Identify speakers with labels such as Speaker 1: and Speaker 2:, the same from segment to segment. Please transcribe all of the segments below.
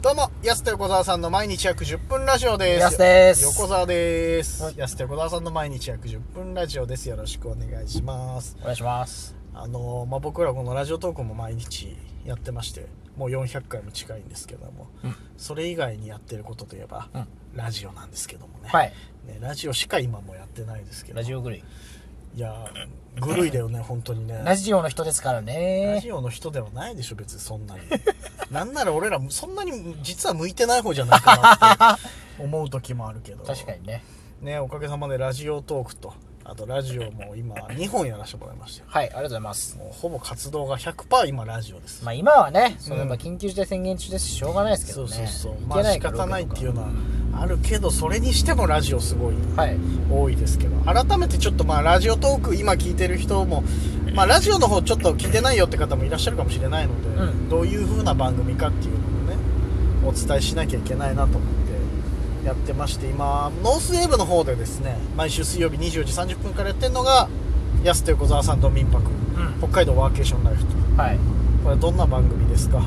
Speaker 1: どうも、やすと横澤さんの毎日約10分ラジオです。
Speaker 2: やすです
Speaker 1: 横澤です。
Speaker 2: はい
Speaker 1: やすと横澤さんの毎日約10分ラジオです。よろしくお願いします。
Speaker 2: お願いします
Speaker 1: あのー、まあ、僕らこのラジオトークも毎日やってまして、もう400回も近いんですけども、
Speaker 2: うん
Speaker 1: それ以外にやってることといえば、
Speaker 2: うん
Speaker 1: ラジオなんですけどもね。
Speaker 2: はい
Speaker 1: ねラジオしか今もやってないですけど。
Speaker 2: ラジオグリ
Speaker 1: いやー、ぐるいだよね、本当に ね。
Speaker 2: ラジオの人ですから
Speaker 1: ラ
Speaker 2: ね
Speaker 1: ジオの人ではないでしょ別にそんなに なんなら俺らそんなに実は向いてない方じゃないかなって思う時もあるけど
Speaker 2: 確かにね
Speaker 1: ねおかげさまでラジオトークとあとラジオも今2本やらせてもらいましたよ
Speaker 2: はいありがとうございます
Speaker 1: もうほぼ活動が100%今ラジオです、
Speaker 2: まあ今はねその
Speaker 1: う
Speaker 2: や
Speaker 1: ん
Speaker 2: っぱ緊急事態宣言中ですししょうがないですけ
Speaker 1: そ
Speaker 2: ど
Speaker 1: う
Speaker 2: ね
Speaker 1: そうそう
Speaker 2: い
Speaker 1: まあ
Speaker 2: けな
Speaker 1: 仕
Speaker 2: いから
Speaker 1: 方ないっていうのはあるけどそれにしてもラジオすごい
Speaker 2: はい
Speaker 1: 多いですけど改めてちょっとまあラジオトーク今聞いてる人も、まあ、ラジオの方ちょっと聞いてないよって方もいらっしゃるかもしれないので、
Speaker 2: うん
Speaker 1: どういう風な番組かっていうのをねお伝えしなきゃいけないなと思ってやってまして今ノースウェーブの方でですね毎週水曜日24時30分からやってるのがやすと横澤さんと民泊
Speaker 2: う
Speaker 1: 北海道ワーケーションライフと
Speaker 2: んはい
Speaker 1: これどんな番組ですか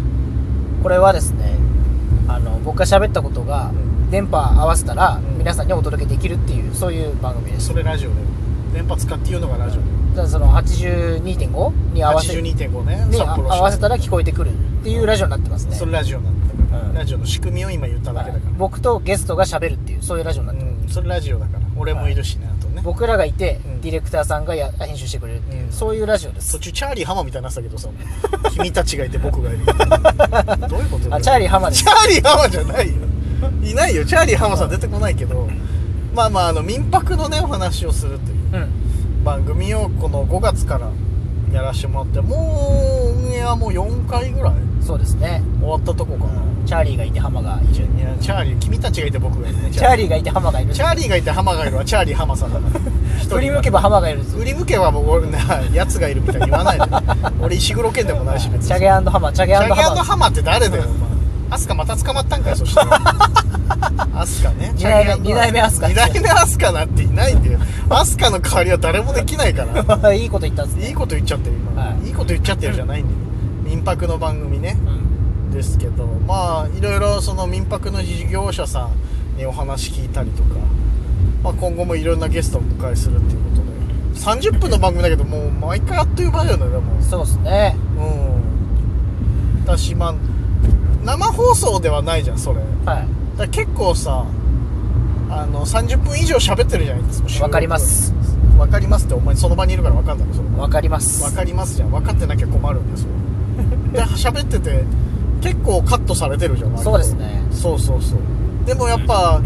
Speaker 2: これはですねあの僕が喋ったことが
Speaker 1: うん
Speaker 2: 電波合わせたら
Speaker 1: うん
Speaker 2: 皆さんにお届けできるっていうそういう番組です
Speaker 1: それラジオで電波使って言うのがラジオ
Speaker 2: だからその82.5に合わせに
Speaker 1: 82.5ね
Speaker 2: あ
Speaker 1: 札幌市
Speaker 2: 合わせたら聞こえてくるっていうラジオになってますね
Speaker 1: それラジオなんだ、
Speaker 2: うん
Speaker 1: ラジオの仕組みを今言っただけだから、
Speaker 2: はい僕とゲストが喋るっていうそういうラジオになってます
Speaker 1: うん、それラジオだから俺もいるしね、あとね
Speaker 2: 僕らがいて、
Speaker 1: うん
Speaker 2: ディレクターさんがや編集してくれるっていう、
Speaker 1: うん
Speaker 2: そういうラジオで
Speaker 1: 途
Speaker 2: す
Speaker 1: 中チャーリー浜みたいになってたけど さ君たちがいて僕がいるどういうことだよ
Speaker 2: あチャーリー浜です
Speaker 1: チャーリー浜じゃないよいないよチャーリー浜さん出てこないけどまあまああの民泊のねお話をするという
Speaker 2: うん
Speaker 1: 番組をこの5月からやらしてもらってもうオンエアも4回ぐらい
Speaker 2: そうですね
Speaker 1: 終わったとこかな、
Speaker 2: チャーリーがいて浜がいる
Speaker 1: いやチャーリー君たちがいて僕がいるね
Speaker 2: チャー
Speaker 1: リ
Speaker 2: リーがいて浜がいる
Speaker 1: ーチャーリーがいて浜がいるはチャーリー浜さんだ から一人
Speaker 2: 振り向けば浜がいるんですよ
Speaker 1: 売り向けはもう俺ねやつがいるみたいに言わ ないで俺石黒賢でもないし別に
Speaker 2: チャゲ浜チャゲ
Speaker 1: チャギアンの
Speaker 2: 浜
Speaker 1: 浜って誰だよお前アスカまた捕まったんかよ そしたらアスカね
Speaker 2: 二
Speaker 1: チャ
Speaker 2: 代目
Speaker 1: ギアンの
Speaker 2: 二代目アスカ
Speaker 1: 二代目アスカなんていないんだよアスカの代わりは誰もできないから
Speaker 2: いいこと言ったんですね
Speaker 1: いいこと言っちゃってる今、
Speaker 2: はい
Speaker 1: いこと言っちゃってるじゃないんだよ民泊の番組ね
Speaker 2: うん
Speaker 1: ですけどまあいろいろその民泊の事業者さんにお話聞いたりとか、まあ、今後もいろんなゲストをお迎えするっていうことで30分の番組だけどもう毎回あっという間だよねでも
Speaker 2: そうですね
Speaker 1: うんだしまあ生放送ではないじゃんそれだか
Speaker 2: は
Speaker 1: ら結構さあの30分以上喋ってるじゃないです
Speaker 2: いわかります
Speaker 1: わかりますってお前その場にいるからわかんないのそれ
Speaker 2: わかります
Speaker 1: わかりますじゃん分かってなきゃ困るんですよ それで喋ってて結構カットされてるじゃん割と
Speaker 2: そうですね
Speaker 1: そうそうそうでもやっぱ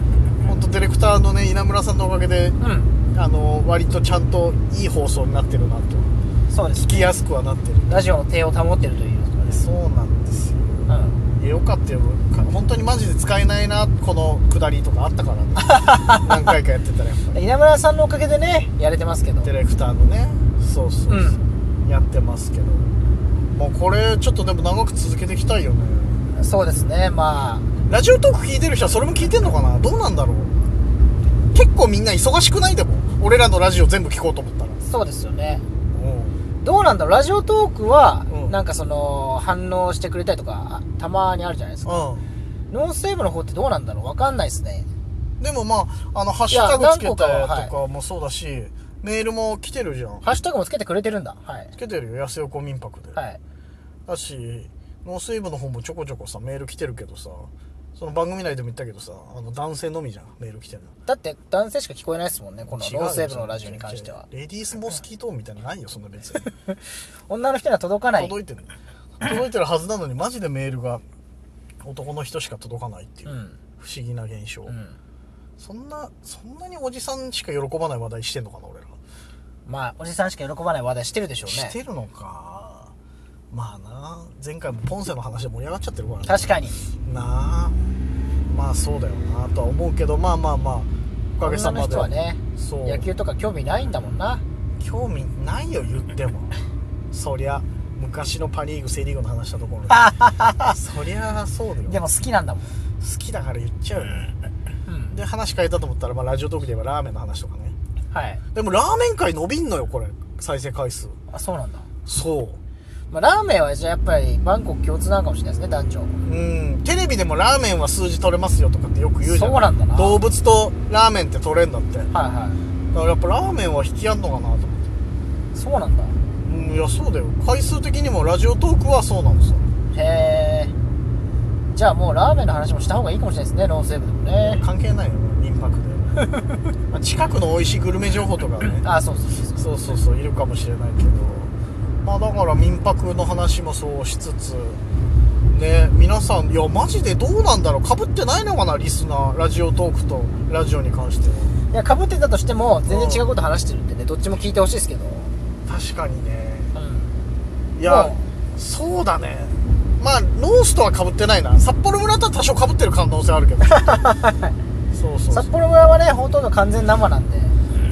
Speaker 1: 本当ディレクターのね稲村さんのおかげで
Speaker 2: うん
Speaker 1: あの割とちゃんといい放送になってるなと
Speaker 2: そうです
Speaker 1: 聞きやすくはなってる
Speaker 2: ラジオの手を保ってるということです
Speaker 1: そうなんですよ
Speaker 2: うん
Speaker 1: いやよかったよか本当にマジで使えないなこの下りとかあったから ね何回かやってたらやっぱり
Speaker 2: 稲村さんのおかげでねやれてますけど
Speaker 1: ディレクターのねそうそうそう、やってますけどもうこれちょっとでも長く続けていきたいよね
Speaker 2: そうですねま
Speaker 1: ラジオトーク聞いてる人はそれも聞いてんのかなどうなんだろう結構みんな忙しくないでも俺らのラジオ全部聞こうと思ったら
Speaker 2: あそうですよね
Speaker 1: う
Speaker 2: どうなんだろうラジオトークは、
Speaker 1: うん
Speaker 2: なんかその反応してくれたりとかあたまにあるじゃないですか
Speaker 1: ん、
Speaker 2: ノンステーブの方ってどうなんだろうわかんないですね
Speaker 1: でもまああのハッシュタグつけた
Speaker 2: いや何個かは
Speaker 1: とかもそうだし、メールも来てるじゃん
Speaker 2: ハッシュタグもつけてくれてるんだはい
Speaker 1: つけてるよ安横民泊で、
Speaker 2: はい
Speaker 1: だしノースイーブの方もちょこちょこさメール来てるけどさその番組内でも言ったけどさあの男性のみじゃんメール来てるの
Speaker 2: だって男性しか聞こえないですもんねこの
Speaker 1: 違うよ
Speaker 2: ノンステーブのラジオに関しては
Speaker 1: レディースモスキートーンみたいなのないよそんな別に
Speaker 2: 女の人には届かない
Speaker 1: 届いてる届いてるはずなのにマジでメールが男の人しか届かないっていう、
Speaker 2: うん
Speaker 1: 不思議な現象、
Speaker 2: うん
Speaker 1: そんなそんなにおじさんしか喜ばない話題してんのかな俺ら、
Speaker 2: まあおじさんしか喜ばない話題してるでしょう
Speaker 1: し
Speaker 2: ね
Speaker 1: てるのかまあな前回もポンセの話で盛り上がっちゃってるからね
Speaker 2: 確かに
Speaker 1: なあまあそうだよなとは思うけどまあまあまあおかげさ
Speaker 2: 女
Speaker 1: ま
Speaker 2: の
Speaker 1: で
Speaker 2: 人はね
Speaker 1: そう
Speaker 2: 野球とか興味ないんだもんな
Speaker 1: 興味ないよ言って もそりゃ昔のパ・リーグセ・リーグの話したところ でそりゃそうだよ
Speaker 2: でも好きなんだもん、
Speaker 1: 好きだから言っちゃうよね
Speaker 2: うん、
Speaker 1: で話変えたと思ったら、まあ、ラジオトークで言えばラーメンの話とかね
Speaker 2: はい
Speaker 1: でもラーメン界伸びんのよこれ再生回数
Speaker 2: あそうなんだ
Speaker 1: そう
Speaker 2: まあ、ラーメンはじゃあやっぱりバンコク共通なのかもしれないですね、男女。
Speaker 1: うんテレビでもラーメンは数字取れますよとかってよく言うじゃん
Speaker 2: そうなんだな
Speaker 1: 動物とラーメンって取れんだってだか
Speaker 2: はいは
Speaker 1: らやっぱラーメンは引きやんのかなと思って
Speaker 2: い。そうなんだ。
Speaker 1: うんいやそうだよ回数的にもラジオトークはそうなのさ
Speaker 2: へえ。じゃあもうラーメンの話もした方がいいかもしれないですね、ノーセーブでもね。
Speaker 1: 関係ないよね民泊で まあ近くの美味しいグルメ情報とかね
Speaker 2: あ、そうそうそうそう。
Speaker 1: そうそうそういるかもしれないけどまあだから民泊の話もそうしつつね皆さんいやマジでどうなんだろうかぶってないのかなリスナーラジオトークとラジオに関してはい
Speaker 2: や、被ってたとしても、全然違うこと話してるんでね、どっちも聞いてほしいですけど。
Speaker 1: 確かにね
Speaker 2: うん。
Speaker 1: いや
Speaker 2: も
Speaker 1: そうだねまあノースとはかぶってないな札幌村とは多少かぶってる可能性あ るけどそうそうそう
Speaker 2: 札幌村はね、ほとんど完全生なんで。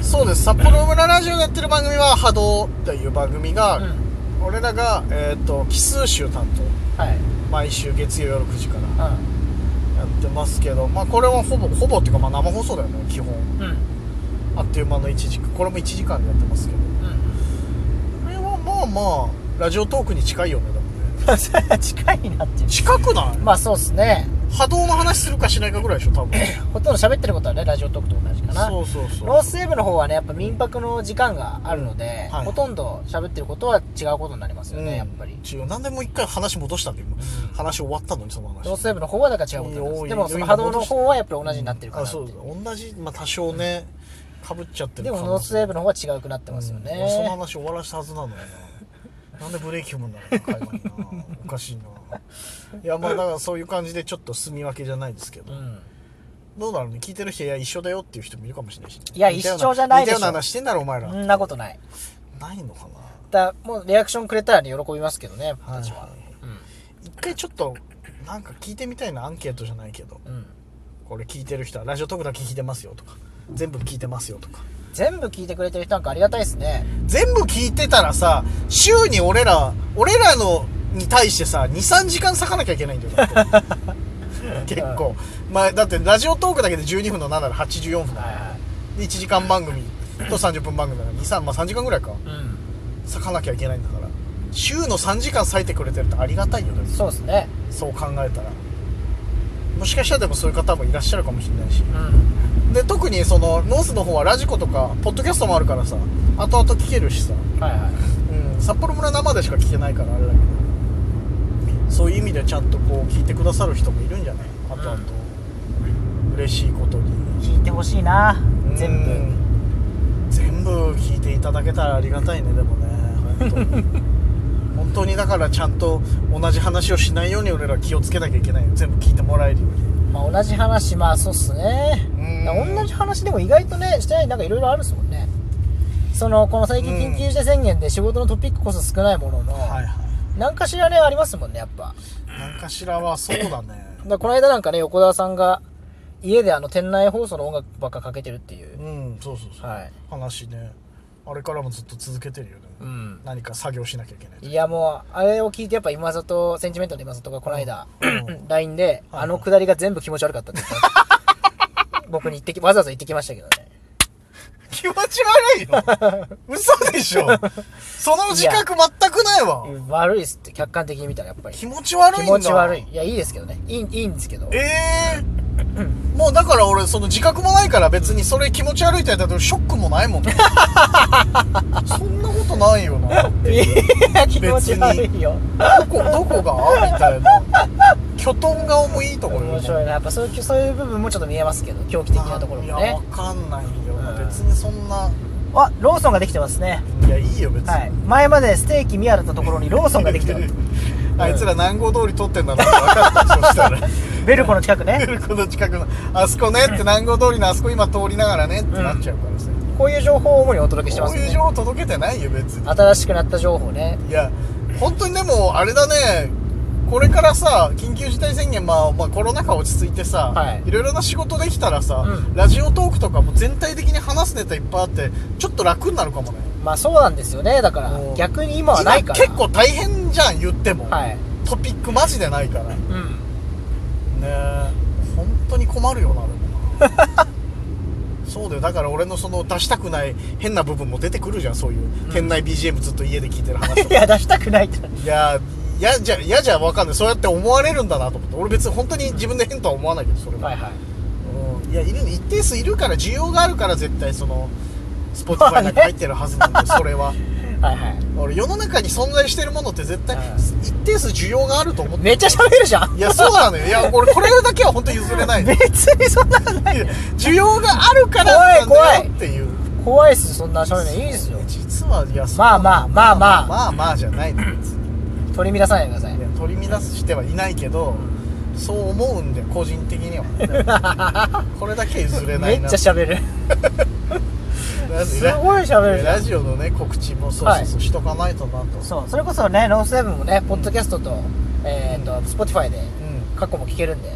Speaker 1: そうです札幌村ラジオでやってる番組は「波動」っていう番組が、
Speaker 2: うん。
Speaker 1: 俺らが、えー、と奇数週担当
Speaker 2: はい。
Speaker 1: 毎週月曜夜9時から
Speaker 2: う
Speaker 1: やってますけどまあこれはほぼほぼっていうかまあ生放送だよね基本
Speaker 2: ん。うん。
Speaker 1: あっという間の1時間これも1時間でやってますけど
Speaker 2: う
Speaker 1: これはまあまあラジオトークに近いよねでもね
Speaker 2: ん。 それは近いなっていう。
Speaker 1: 近くない、
Speaker 2: まあそうですね。
Speaker 1: 波動の話するかしないかぐらいでしょ多 分
Speaker 2: ほとんど喋ってることはね、ラジオトークと同じかな。
Speaker 1: そうそうそう
Speaker 2: ロースウェーブの方はね、やっぱ民泊の時間があるので、
Speaker 1: はい
Speaker 2: ほとんど喋ってることは違うことになりますよね、
Speaker 1: うん
Speaker 2: やっぱり。
Speaker 1: 違うなんでもう一回話戻したんだよ今話終わったのにその話
Speaker 2: ロースウェーブの方はだから違うことになりま
Speaker 1: お
Speaker 2: す。
Speaker 1: い
Speaker 2: でもその波動の方はやっぱり同じになってるか
Speaker 1: あ
Speaker 2: ら。
Speaker 1: そう同じまあ多少ねかぶっちゃってる
Speaker 2: でも
Speaker 1: 可
Speaker 2: ノ
Speaker 1: 能
Speaker 2: ー
Speaker 1: 性
Speaker 2: スウェーブの方は違うくなってますよ
Speaker 1: うん俺その
Speaker 2: ね。
Speaker 1: 話終わらしたはずなのよななんでブレーキ踏むんだろうな会話になおかしいないやまあだからそういう感じでちょっと住み分けじゃないですけど、
Speaker 2: うん。
Speaker 1: どうだろうね聞いてる人いや一緒だよっていう人もいるかもしれないし、
Speaker 2: いや
Speaker 1: 似たよう
Speaker 2: 一緒じゃないでしょ
Speaker 1: 似たような話してんだろお前ら、
Speaker 2: そんなことない。
Speaker 1: ないのかな
Speaker 2: だもうリアクションくれたらね、喜びますけどね、僕たち
Speaker 1: は
Speaker 2: はい
Speaker 1: はい。
Speaker 2: うん
Speaker 1: 一回ちょっとなんか聞いてみたいなアンケートじゃないけど
Speaker 2: うん。
Speaker 1: これ聞いてる人はラジオトークだけ聞いてますよとか全部聞いてますよとか
Speaker 2: 全部聞いてくれてる人なんかありがたいですね。
Speaker 1: 全部聞いてたらさ週に俺ら俺らのに対してさ23時間割かなきゃいけないんだよ だって結構まあだってラジオトークだけで12分の7で84分だ
Speaker 2: はいは
Speaker 1: で1時間番組と30分番組だから23まあ3時間ぐらいか
Speaker 2: い。うん。
Speaker 1: 割かなきゃいけないんだから週の3時間割いてくれてるってありがたいよね
Speaker 2: そうですね。
Speaker 1: そう考えたらもしかしたらでもそういう方もいらっしゃるかもしれないし
Speaker 2: うん。
Speaker 1: で特にそのノースの方はラジコとかポッドキャストもあるからさ後々聞けるしさ
Speaker 2: はいはい。
Speaker 1: うん、札幌村生でしか聞けないからあれだけどそういう意味でちゃんとこう聞いてくださる人もいるんじゃないあとあと嬉しいことに
Speaker 2: 聞いてほしいな全
Speaker 1: う
Speaker 2: 部
Speaker 1: ん全部聞いていただけたらありがたいねでもね本当 に本当にだからちゃんと同じ話をしないように俺ら気をつけなきゃいけないよ全部聞いてもらえるように
Speaker 2: まあ同じ話まあそうっすね
Speaker 1: うん
Speaker 2: 同じ話でも意外とねしてないなんかいろいろあるっすもんねそのこの最近
Speaker 1: うん
Speaker 2: 緊急事態宣言で仕事のトピックこそ少ないものの、
Speaker 1: はいはい
Speaker 2: なんかしらねありますもんねやっぱ
Speaker 1: 何かしらはそうだね
Speaker 2: だからこの間なんかね横澤さんが家であの店内放送の音楽ばっかかけてるっていう、
Speaker 1: うんそうそうそう、
Speaker 2: はい
Speaker 1: 話ねあれからもずっと続けてるよね、
Speaker 2: うん
Speaker 1: 何か作業しなきゃいけない
Speaker 2: いやもうあれを聞いてやっぱ今里センチメントの今里がこの間、
Speaker 1: う
Speaker 2: LINE で、
Speaker 1: はい
Speaker 2: あのくだりが全部気持ち悪かったって言 った僕に言ってきわざわざ言ってきましたけどね
Speaker 1: 気持ち悪い よ嘘でしょその自覚全くないわ
Speaker 2: 悪いっすって客観的に見たらやっぱり
Speaker 1: 気持ち悪いん
Speaker 2: 気
Speaker 1: だ
Speaker 2: 持ち悪いいやいいですけどねいいいいんですけど
Speaker 1: ええー、もうだから俺その自覚もないから別にそれ気持ち悪いってやったらショックもない もんねそんなことないよな
Speaker 2: いや気持
Speaker 1: 別
Speaker 2: ち
Speaker 1: に
Speaker 2: 悪いよ
Speaker 1: どこどこがみたいな巨トン顔もいいところ
Speaker 2: 面白いなやっぱそういうそういう部分もちょっと見えますけど狂気的なところ
Speaker 1: い
Speaker 2: も
Speaker 1: や
Speaker 2: ね
Speaker 1: わかんないよ
Speaker 2: うん
Speaker 1: 別にそんな
Speaker 2: あローソンができてますね
Speaker 1: いやいいよ別に、
Speaker 2: はい前までステーキ宮だったところにローソンができてる
Speaker 1: あいつら南郷通り取ってんだなって分かったそしたら
Speaker 2: ベルコの近くね
Speaker 1: この近くのあそこねって南郷通りのあそこ今通りながらねってなっちゃうからさ、
Speaker 2: こういう情報を主にお届けしてま
Speaker 1: こ
Speaker 2: す
Speaker 1: ういう
Speaker 2: ね
Speaker 1: 情報届けてないよ別に
Speaker 2: 新しくなった情報ね
Speaker 1: いや本当にでもあれだねこれからさ緊急事態宣言、まあ、まあコロナ禍落ち着いてさ、
Speaker 2: はい
Speaker 1: ろいろな仕事できたらさ、
Speaker 2: うん
Speaker 1: ラジオトークとかも全体的に話すネタいっぱいあってちょっと楽になるかもね
Speaker 2: まあそうなんですよねだから
Speaker 1: うん
Speaker 2: 逆に今はないから
Speaker 1: 今結構大変じゃん言っても、
Speaker 2: はい
Speaker 1: トピックマジでないから
Speaker 2: うん
Speaker 1: ねえ本当に困るよなでもなそうそうだよだから俺のその出したくない変な部分も出てくるじゃんそういう店内 BGM ずっと家で聞いてる 話と
Speaker 2: い
Speaker 1: か、
Speaker 2: や出したくないって
Speaker 1: いやいやじゃ嫌じゃ分かんないそうやって思われるんだなと思って俺別に本当に自分で変とは思わないけどそれは、
Speaker 2: はいはい
Speaker 1: うんいやいる一定数いるから需要があるから絶対その Spotify なんか入ってるはずなんだ よそれは
Speaker 2: はいはい
Speaker 1: 俺世の中に存在してるものって絶対
Speaker 2: はい
Speaker 1: 一定数需要があると思って
Speaker 2: めっちゃ喋るじゃ ん
Speaker 1: いやそうなのよいや俺これだけは本当譲れないの
Speaker 2: 別にそんなことない
Speaker 1: いや需要があるからなんだ
Speaker 2: 怖い怖
Speaker 1: よ
Speaker 2: い
Speaker 1: っていう
Speaker 2: 怖いっすそんな喋るのいいですよ
Speaker 1: 実はいやそう
Speaker 2: まあまあまあまあ、
Speaker 1: まあまあじゃ ないの別に
Speaker 2: 取り乱さないでください
Speaker 1: いや取り乱してはいないけどそう思うんだよ個人的にはこれだけは譲れな
Speaker 2: め
Speaker 1: い
Speaker 2: っ
Speaker 1: な
Speaker 2: ちゃ喋る
Speaker 1: ラジ
Speaker 2: すごい喋るじゃん
Speaker 1: ラジオのね告知もそうそうそうしとかないとなと
Speaker 2: そうそれこそねロースセブンもねポッドキャストと、えっ、と Spotify で
Speaker 1: うん
Speaker 2: 過去も聞けるんで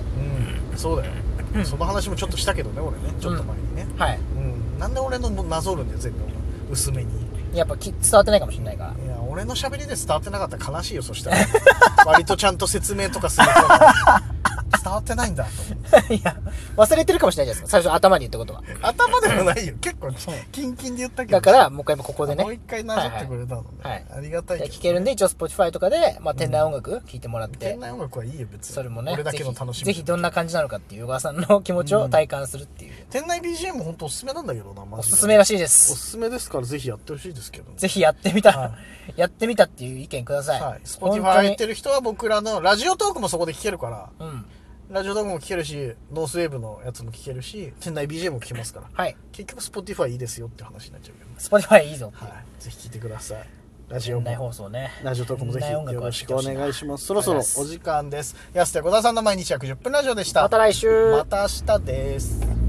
Speaker 1: うんそうだよ
Speaker 2: うん
Speaker 1: その話もちょっとしたけどね俺ねちょっと前にね
Speaker 2: はい
Speaker 1: うんなんで俺のなぞるんだよ全部薄めに
Speaker 2: やっぱき伝わってないかもしれないから
Speaker 1: いや俺の喋りで伝わってなかったら悲しいよそ したら割とちゃんと説明とかするから伝わってないんだと思って
Speaker 2: いや忘れてるかもしれないじゃないですか最初頭に言ったことは
Speaker 1: 頭でもないよ結構キンキンで言ったけど
Speaker 2: だからもう一回もここでね
Speaker 1: もう一回なぞってくれたのね、
Speaker 2: はいはいはい
Speaker 1: ありがたい
Speaker 2: で
Speaker 1: けど
Speaker 2: 聞けるんで一応 Spotify とかで、まあ、店内音楽聞いてもらって、
Speaker 1: 店内音楽はいいよ別に
Speaker 2: それもね
Speaker 1: 俺だけの楽しみ
Speaker 2: ぜひぜひどんな感じなのかっていう小川さんの気持ちを体感するっていう、
Speaker 1: 店内 BGM 本当おすすめなんだけどなマジで
Speaker 2: おすすめらしいで
Speaker 1: おす
Speaker 2: す
Speaker 1: すめですからぜひやってほしいですけどね
Speaker 2: ぜひやってみた、
Speaker 1: は
Speaker 2: やってみたっていう意見ください、
Speaker 1: はい、スポ
Speaker 2: 本
Speaker 1: テ
Speaker 2: 当
Speaker 1: ィ
Speaker 2: に
Speaker 1: ファイ入ってる人は僕らのラジオトークもそこで聞けるから
Speaker 2: うん
Speaker 1: ラジオトークも聞けるしノースウェーブのやつも聞けるし店内 BGM も聞けますから
Speaker 2: はい
Speaker 1: 結局スポティファイいいですよって話になっちゃうけどね
Speaker 2: Spotify いいぞ
Speaker 1: はい、ぜひ聞いてください。ラジオ
Speaker 2: 店内
Speaker 1: も
Speaker 2: 放送ね
Speaker 1: ラジオトークもぜひ
Speaker 2: 店内
Speaker 1: よ
Speaker 2: 音楽は
Speaker 1: ろしくお願いします。そろ
Speaker 2: ろ
Speaker 1: そ
Speaker 2: そ
Speaker 1: ろ
Speaker 2: ろ
Speaker 1: お時間です。安手小田さんの毎日約10分ラジオでした。
Speaker 2: また来週
Speaker 1: また明日です。